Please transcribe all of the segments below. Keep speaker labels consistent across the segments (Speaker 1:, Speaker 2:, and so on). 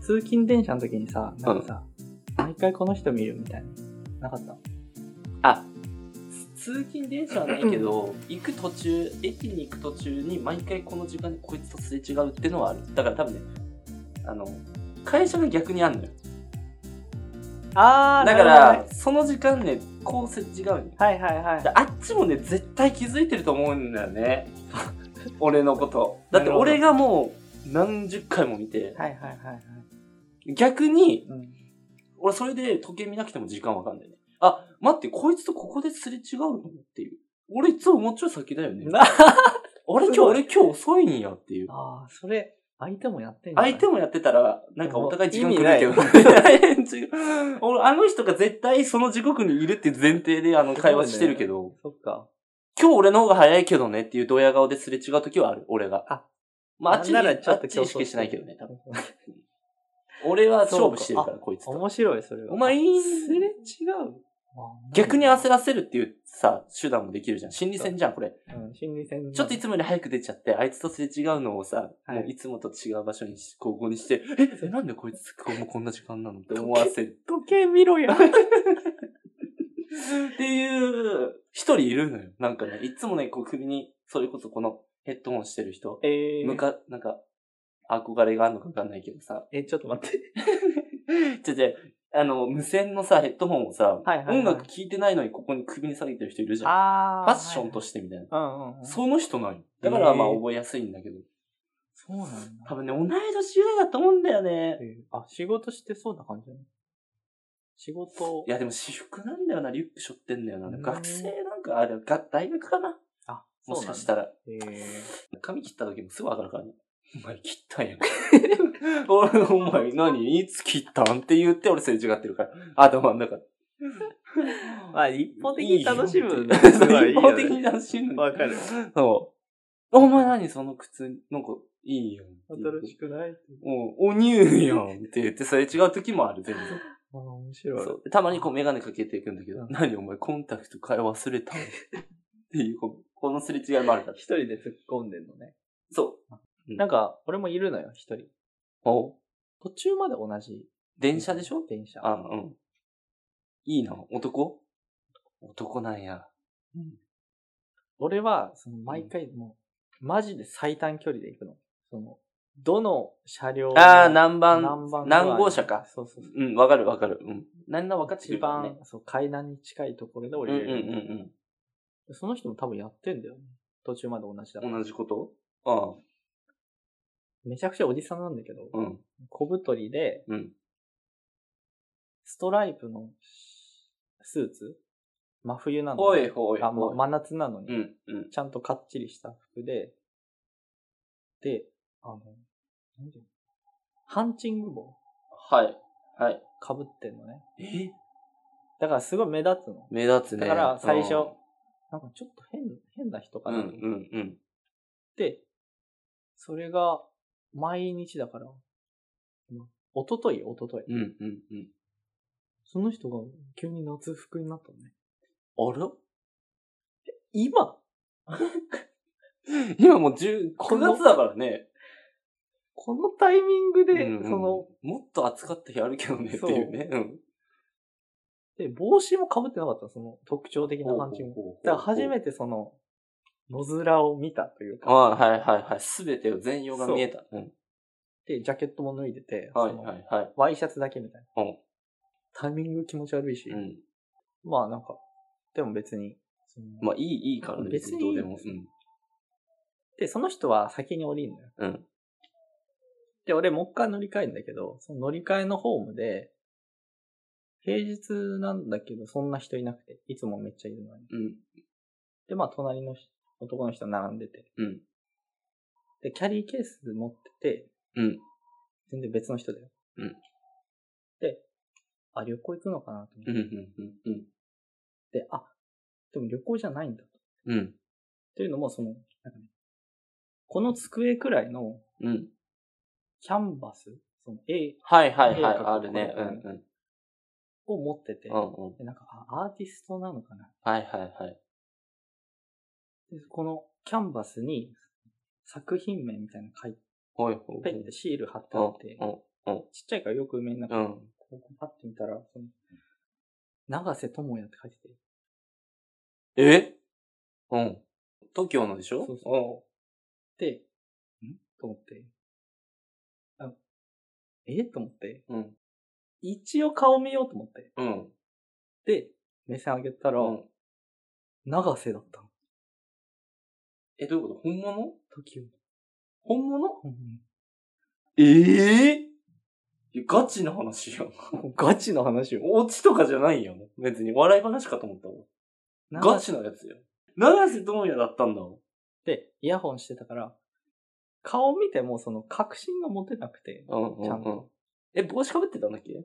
Speaker 1: 通勤電車の時にさ、なんかさ、毎回この人見るみたいな。なかった
Speaker 2: あ、通勤電車はないけど、行く途中、駅に行く途中に毎回この時間にこいつとすれ違うってのはある。だから多分ね、あの、会社が逆にあんのよ。
Speaker 1: あ
Speaker 2: だから、その時間ね、こうすれ違うのよ。
Speaker 1: はいはいはい
Speaker 2: で。あっちもね、絶対気づいてると思うんだよ ね。俺のこと。だって
Speaker 1: なるほど
Speaker 2: 俺がもう何十回も見て、
Speaker 1: はいはいはいはい。
Speaker 2: 逆に、
Speaker 1: うん
Speaker 2: 俺それで時計見なくても時間わかんないね。あ、待って、こいつとここですれ違うのっていう。俺いつももうちょい先だよね。
Speaker 1: な
Speaker 2: あれ今
Speaker 1: す
Speaker 2: 日、
Speaker 1: ごい
Speaker 2: 俺今日遅いんやっていう。
Speaker 1: ああ、それ、相手もやってんじゃない
Speaker 2: 相手もやってたら、なんかお互い時間
Speaker 1: で
Speaker 2: くれ
Speaker 1: も
Speaker 2: てる違 う 俺、あの人が絶対その時刻にいるっていう前提であの会話してるけど、
Speaker 1: そっか。
Speaker 2: 今日俺の方が早いけどねっていうドヤ顔ですれ違う時はある、俺が。
Speaker 1: あ
Speaker 2: まあ、あっちに
Speaker 1: なんならちょっと
Speaker 2: あっち意識してないけどね、多分。
Speaker 1: 分。
Speaker 2: 俺は勝負してるから、こいつと。
Speaker 1: 面白い、それは。
Speaker 2: お前、
Speaker 1: すれ違う。
Speaker 2: 逆に
Speaker 1: あ、
Speaker 2: 焦らせるっていうさ、手段もできるじゃん。心理戦じゃん、これ。
Speaker 1: うん、心理戦。
Speaker 2: ちょっといつもより早く出ちゃって、あいつとすれ違うのをさ、
Speaker 1: はい
Speaker 2: もういつもと違う場所にし、ここにして、え、なんでこいつ、こもうこんな時間なのって思わせ る。
Speaker 1: 時計見ろや。
Speaker 2: っていう、一人いるのよ。なんかね、いつもね、こう首に、それこそこのヘッドホンしてる人、
Speaker 1: え
Speaker 2: 向か、なんか、憧れがあるのかわかんないけど さ、
Speaker 1: え、ちょっと待って。
Speaker 2: ちょちょ、あの、無線のさ、ヘッドホンをさ、
Speaker 1: はいはいはい
Speaker 2: 音楽聴いてないのにここに首に下げてる人いるじゃん。
Speaker 1: あ
Speaker 2: ファッションと
Speaker 1: し
Speaker 2: してみたいな。
Speaker 1: て。うんうんうん。
Speaker 2: その人なんよ。だからまあ
Speaker 1: へー
Speaker 2: 覚えやすいんだけど。
Speaker 1: そうなんだ。
Speaker 2: 多分ね、同い年ぐらいだと思うんだよね
Speaker 1: え。ーあ、仕事してそうな感じだね。仕事
Speaker 2: い、やでも私服なんだよな、リュック背負ってんだよな。
Speaker 1: うん
Speaker 2: 学生なんか、あれ、が大学かな
Speaker 1: あ、
Speaker 2: もしかし
Speaker 1: ら。
Speaker 2: たら。
Speaker 1: えー
Speaker 2: 髪切った時もすぐわかるからね。お前切ったんやん。俺、 お前何いつ切ったんって言って俺すれ違ってるから。頭の中 で。
Speaker 1: まあ、一方的に楽しむ
Speaker 2: いいよ
Speaker 1: の
Speaker 2: って
Speaker 1: す ごいいい
Speaker 2: 一
Speaker 1: よ
Speaker 2: 方
Speaker 1: ね
Speaker 2: 的に楽しむの。
Speaker 1: わかる。
Speaker 2: そう。お前何その靴、なんか、いいやん。
Speaker 1: 新しくない
Speaker 2: もう、おニューやんって言って、それ違う時もある、全然。
Speaker 1: ああ、面白い。
Speaker 2: そうでたまにこうメガネかけていくんだけど、
Speaker 1: うん
Speaker 2: 何お前コンタクト変え忘れた のっていう、こうこのすれ違いもあるから。
Speaker 1: 一人で突っ込んでんのね。
Speaker 2: そう。
Speaker 1: なんか、俺もいるのよ、一人。
Speaker 2: お
Speaker 1: 途中まで同じ。
Speaker 2: 電車でしょ
Speaker 1: 電車。
Speaker 2: あ、うん。いいな、男男なんや。
Speaker 1: 俺は、その、毎回、もう、マジで最短距離で行くの。その、どの車両の
Speaker 2: ああ、何番、
Speaker 1: 何番
Speaker 2: 何号車か。
Speaker 1: そうそうそう。
Speaker 2: うん、わかるわかる。うん。何な分かってく
Speaker 1: 一
Speaker 2: るから
Speaker 1: 番、
Speaker 2: ね。
Speaker 1: そう、階段に近いところで降
Speaker 2: うん
Speaker 1: り
Speaker 2: うん
Speaker 1: れる、
Speaker 2: うん
Speaker 1: その人も多分やってんだよね。途中まで同じだか
Speaker 2: う
Speaker 1: ら
Speaker 2: ん。同じことあ
Speaker 1: めちゃくちゃおじさんなんだけど、
Speaker 2: あ、うん。
Speaker 1: 小太りで、
Speaker 2: うん
Speaker 1: ストライプのスーツ真冬なの
Speaker 2: ほいほい
Speaker 1: あ、ま
Speaker 2: ほい。
Speaker 1: 真夏なのに、
Speaker 2: うん、うん。
Speaker 1: ちゃんとかっちりした服で、で、あの、なんていうのハンチング帽
Speaker 2: はい。はい。
Speaker 1: かぶってんのね。
Speaker 2: え
Speaker 1: だからすごい目立つの。
Speaker 2: 目立つね。
Speaker 1: だから最初
Speaker 2: うん
Speaker 1: なんかちょっと変、変な人
Speaker 2: う
Speaker 1: か
Speaker 2: ん
Speaker 1: なと思って。
Speaker 2: うんうん。
Speaker 1: で、それが、毎日だから、おととい、おととい。
Speaker 2: うんうんうん。
Speaker 1: その人が急に夏服になったのね。
Speaker 2: あら
Speaker 1: 今
Speaker 2: 今もう10、9月だからね。
Speaker 1: このタイミングで、
Speaker 2: うんうん
Speaker 1: その、
Speaker 2: もっと暑かった日あるけどねっていうね。うん。
Speaker 1: で、帽子も被ってなかったのその特徴的なハンチング。だから初
Speaker 2: て。
Speaker 1: めてその、野面を見たという
Speaker 2: あ
Speaker 1: か、
Speaker 2: あはいはいはい。すべてを全容が見えた。うん。
Speaker 1: で、ジャケットも脱いでて、
Speaker 2: はい
Speaker 1: その
Speaker 2: はいはい。
Speaker 1: ワイシャツだけみたいな。
Speaker 2: うん
Speaker 1: タイミング気持ち悪いし、
Speaker 2: うん。
Speaker 1: まあなんか、でも別に、その
Speaker 2: まあいい、いいからね。
Speaker 1: 別に
Speaker 2: どうでも。うん。
Speaker 1: で、その人は先に降りるのよ。
Speaker 2: うん
Speaker 1: で、俺もう一回乗り換えるんだけど、その乗り換えのホームで、平日なんだけど、そんな人いなくて、いつもめっちゃいるのに。
Speaker 2: うん。
Speaker 1: で、まあ、隣の人男の人並んでて。
Speaker 2: うん
Speaker 1: で、キャリーケース持ってて、
Speaker 2: うん。
Speaker 1: 全然別の人だよ。
Speaker 2: うん
Speaker 1: で、あ、旅行行くのかなと思って。
Speaker 2: うん。うん。うん。
Speaker 1: で、あ、でも旅行じゃないんだ。
Speaker 2: うん。
Speaker 1: というのも、その、なんかね、この机くらいの
Speaker 2: うん。
Speaker 1: キャンバス、その絵
Speaker 2: はいはい
Speaker 1: 絵
Speaker 2: はい。
Speaker 1: 描く
Speaker 2: あるね。
Speaker 1: こ
Speaker 2: う
Speaker 1: と
Speaker 2: ん
Speaker 1: かね
Speaker 2: うん。
Speaker 1: を持ってて、
Speaker 2: うんうん。
Speaker 1: でなんか、あアーティストなのかな。
Speaker 2: はいはいはい。
Speaker 1: でこのキャンバスに作品名みたいなの書いて、
Speaker 2: ほいほい。
Speaker 1: ペンでシール貼ってあって、
Speaker 2: うんうん
Speaker 1: ちっちゃいからよく埋めんなく
Speaker 2: う
Speaker 1: て、
Speaker 2: ん。
Speaker 1: ここパッて見たら、その、長瀬智也って書いてて、
Speaker 2: えうん。東京のでしょ
Speaker 1: そう
Speaker 2: そ
Speaker 1: で、んと思って。あ、えと思って。
Speaker 2: う。うん。
Speaker 1: 一応顔見ようと思って。
Speaker 2: うん。
Speaker 1: で、目線上げたら、
Speaker 2: うん。
Speaker 1: 長瀬だったの。
Speaker 2: え、どういうこと本物
Speaker 1: 時を。
Speaker 2: 本物
Speaker 1: うん
Speaker 2: ええいやガチな話やん。
Speaker 1: ガチの話よ。
Speaker 2: オチとかじゃないよ。別に笑い話かと思ったわ。ガチなやつよ。長瀬智也だったんだもん。
Speaker 1: で、イヤホンしてたから、顔見てもその確信が持てなくて、
Speaker 2: うん
Speaker 1: ちゃんと。
Speaker 2: え、帽子かぶってたんだっけ
Speaker 1: じ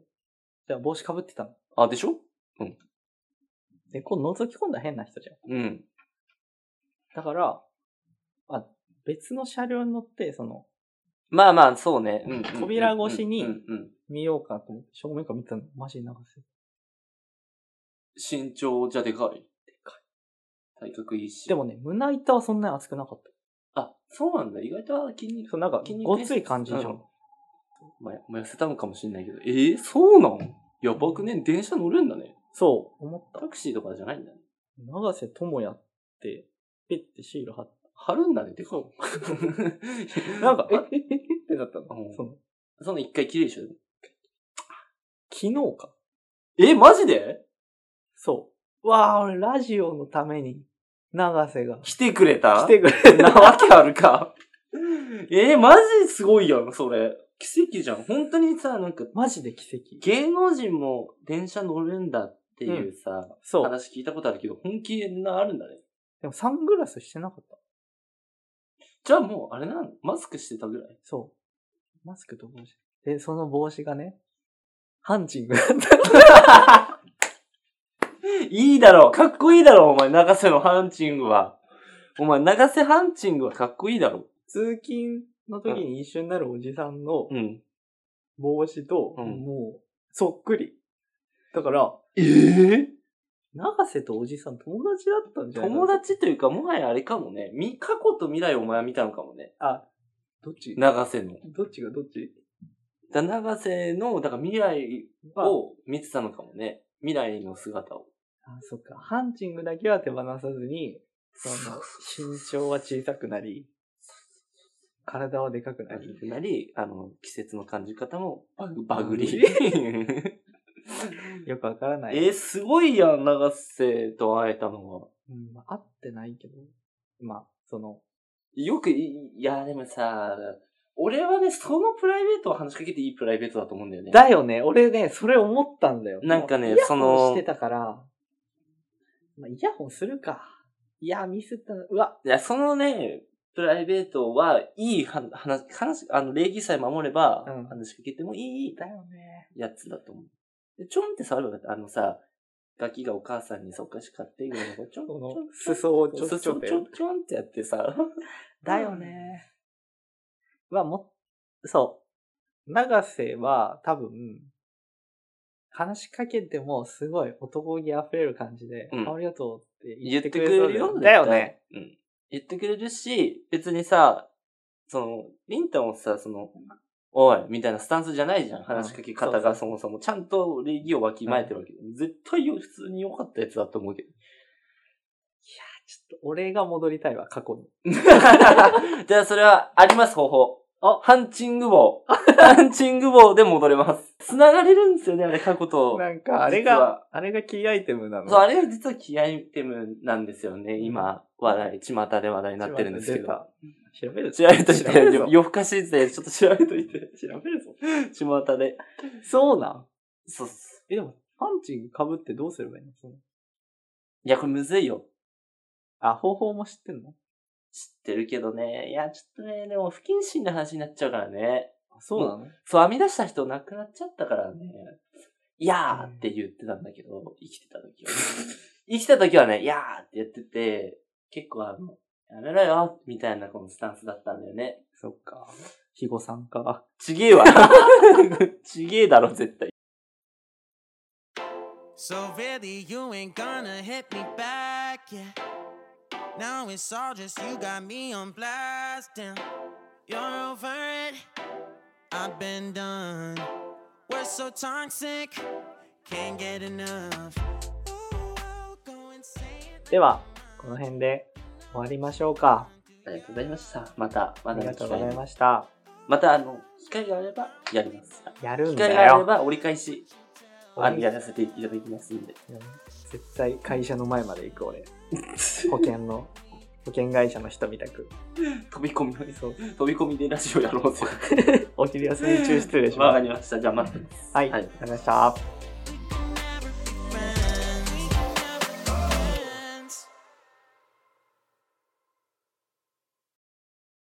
Speaker 1: ゃあ帽子かぶってたの。
Speaker 2: あ、でしょ
Speaker 1: で、こう覗き込んだら変な人じゃん。
Speaker 2: うん。
Speaker 1: だから、あ、別の車両に乗って、その、
Speaker 2: まあまあ、そうね。うんうんうん
Speaker 1: 扉越しに
Speaker 2: うんうん
Speaker 1: 見ようかと思って、正面から見てたの、マジで長瀬。
Speaker 2: 身長じゃでかい。
Speaker 1: でか
Speaker 2: 体格いいし。
Speaker 1: で、もね、胸板はそんなに厚くなかった。
Speaker 2: あ、そうなんだ。意外と筋肉
Speaker 1: そう、なんか、
Speaker 2: 筋肉
Speaker 1: ごっつい感じじゃ。
Speaker 2: うんまあ、まあ痩せたのかもしれないけど。えー、そうなんやばくね電車乗るんだね。
Speaker 1: そう、思った
Speaker 2: タ。クシーとかじゃないんだね。
Speaker 1: 長瀬智也って、ペッてシール貼って。
Speaker 2: 貼るんだね、てか。
Speaker 1: なんか、
Speaker 2: え
Speaker 1: え、え、え、えってなったの。
Speaker 2: うん
Speaker 1: その、
Speaker 2: その一回きれいでしょ
Speaker 1: 昨日か。
Speaker 2: え、マジで
Speaker 1: そう。わあ、俺、ラジオのために、長瀬が
Speaker 2: 来てくれた
Speaker 1: 来てくれ
Speaker 2: な わけあるか。えー、マジすごいやん、それ。奇跡じゃん。本当にさ、なんか、
Speaker 1: マジで奇跡。
Speaker 2: 芸能人も電車乗るんだっていうさ、
Speaker 1: そう。
Speaker 2: 話聞いたことあるけど、本気なあるんだね。
Speaker 1: でもサングラスしてなかった。
Speaker 2: じゃあもう、あれなのマスクしてたぐらい。
Speaker 1: そう。マスクと帽子。で、その帽子がね、ハンチングだっ
Speaker 2: いいだろう。かっこいいだろう、お前、長瀬のハンチングは。お前、長瀬ハンチングはかっこいいだろ
Speaker 1: 通勤の時に一緒になるおじさんの
Speaker 2: う。うん。
Speaker 1: 帽子と、
Speaker 2: うん
Speaker 1: もう、そっくり。だから、
Speaker 2: ええ
Speaker 1: 長瀬とおじさん友達だったんじゃない
Speaker 2: 友達というか、もはやあれかもね。み、過去と未来をお前は見たのかもね。
Speaker 1: あ、どっち
Speaker 2: 長瀬の。
Speaker 1: どっちがどっち
Speaker 2: だ長瀬の、だから未来を見てたのかもね。未来の姿を。
Speaker 1: あ、そっか。ハンチングだけは手放さずに、その、身長は小さくなり、体はでかくなり。
Speaker 2: なり、あの、季節の感じ方もバグ、バグ
Speaker 1: バ
Speaker 2: り。
Speaker 1: よくわからない。
Speaker 2: えー、すごいやん、長瀬と会えたのは。
Speaker 1: うん、まあ、合ってないけど。まあ、その、
Speaker 2: よくい、いや、でもさ、俺はね、そのプライベートを話しかけていいプライベートだと思うんだよね。
Speaker 1: だよね、俺ね、それ思ったんだよ。
Speaker 2: なんかね
Speaker 1: もうイヤホン
Speaker 2: そ
Speaker 1: し
Speaker 2: の
Speaker 1: てたから、まあ、イヤホンするか。いや、ミスったな。うわ、
Speaker 2: いや、そのね、プライベートは、いいは話、話、あの、礼儀さえ守れば、
Speaker 1: うん
Speaker 2: 話しかけてもいい
Speaker 1: だよね。
Speaker 2: やつだと思う。で、ちょんって触ればよかったあのさ、ガキがお母さんにそっかし買って、ぐらいのこうちょん、ち
Speaker 1: こ
Speaker 2: ょ
Speaker 1: の
Speaker 2: ん、、
Speaker 1: 裾をちょ
Speaker 2: そう
Speaker 1: っ
Speaker 2: ち
Speaker 1: ち
Speaker 2: ょ
Speaker 1: ょ
Speaker 2: ん、
Speaker 1: っ
Speaker 2: ち
Speaker 1: と
Speaker 2: ょん、。ちょんってやってさ。
Speaker 1: だよね。うわ、も、そう。長瀬は多分、話しかけてもすごい男気溢れる感じで、
Speaker 2: うん
Speaker 1: ありがとうって
Speaker 2: 言
Speaker 1: 言
Speaker 2: っ
Speaker 1: ってて
Speaker 2: く
Speaker 1: く
Speaker 2: れ
Speaker 1: れ
Speaker 2: る
Speaker 1: そ
Speaker 2: よ
Speaker 1: うだよね。だよ
Speaker 2: 絶対
Speaker 1: ね。
Speaker 2: うん。言ってくれるし、別にさ、その、りんたもさ、その、おい、みたいなスタンスじゃないじゃん。話しかけ方
Speaker 1: そう
Speaker 2: がそもそも、ちゃんと礼儀をわきまえてるわけ。絶対よ、普通に良かったやつだと思うけど。
Speaker 1: ちょっと俺が戻りたいわ、過去に。
Speaker 2: じゃあ、それは、あります、方法。あ、ハンチング棒。ハンチング棒で戻れます。繋がれるんですよね、あれ、過去と。
Speaker 1: なんか、あれ
Speaker 2: 実は
Speaker 1: が、あれがキーアイテムなの。
Speaker 2: そう、あれが実はキーアイテムなんですよね。今、話題、巷で話題になってるんですけ
Speaker 1: 出
Speaker 2: ど。
Speaker 1: た。調べる
Speaker 2: 調べとい
Speaker 1: 調べ
Speaker 2: て、
Speaker 1: るぞ
Speaker 2: よ夜更かしでちょっと調べといて。
Speaker 1: 調 べるぞ。
Speaker 2: 巷で。
Speaker 1: そうなん。
Speaker 2: そうっす。
Speaker 1: え、でも、パンチング被ってどうすればいいのその
Speaker 2: いや、これむずいよ。
Speaker 1: あ、方法も知ってんの
Speaker 2: 知ってるけどね。いや、ちょっとね、でも不謹慎な話になっちゃうからね。
Speaker 1: あそうなの
Speaker 2: そう、編み出した人亡くなっちゃったからね。いやーって言ってたんだけど、生きてた時は。生きた時はね、いやーって言ってて、結構あの、やめろよみたいなこのスタンスだったんだよね。
Speaker 1: そっか。肥後さんか。
Speaker 2: ちげえ わ。ちげえだろ、絶対。
Speaker 3: So really, you ain't gonna hit me back, yeah. Now it's all just you got me on blast, damn. You're over it, I've been done. We're so toxic, can't get enough. Ooh, I'll go and say it
Speaker 1: では、この辺で終わりましょうか。
Speaker 2: ありがとうございました。また、ま
Speaker 1: あ
Speaker 2: だ
Speaker 1: り
Speaker 2: の
Speaker 1: が
Speaker 2: 機
Speaker 1: とう
Speaker 2: 会
Speaker 1: ござい
Speaker 2: に
Speaker 1: ました。
Speaker 2: また、あの、機会があればやります。
Speaker 1: やるん
Speaker 2: 機
Speaker 1: だ
Speaker 2: 会があれ
Speaker 1: よ。
Speaker 2: ば折り返し、あのやらせていただきますんで。
Speaker 1: 絶対会社の前まで行く俺。保険の、保険会社の人みたく。
Speaker 2: 飛び込み、
Speaker 1: そう。
Speaker 2: 飛び込みでラ ジオやろうぜ。
Speaker 1: お昼休み中失礼し
Speaker 2: わ
Speaker 1: ま
Speaker 2: か
Speaker 1: す。
Speaker 2: りました。じゃあ待ってます。
Speaker 1: はい、あ
Speaker 2: は
Speaker 1: り
Speaker 2: い
Speaker 1: がとうございました。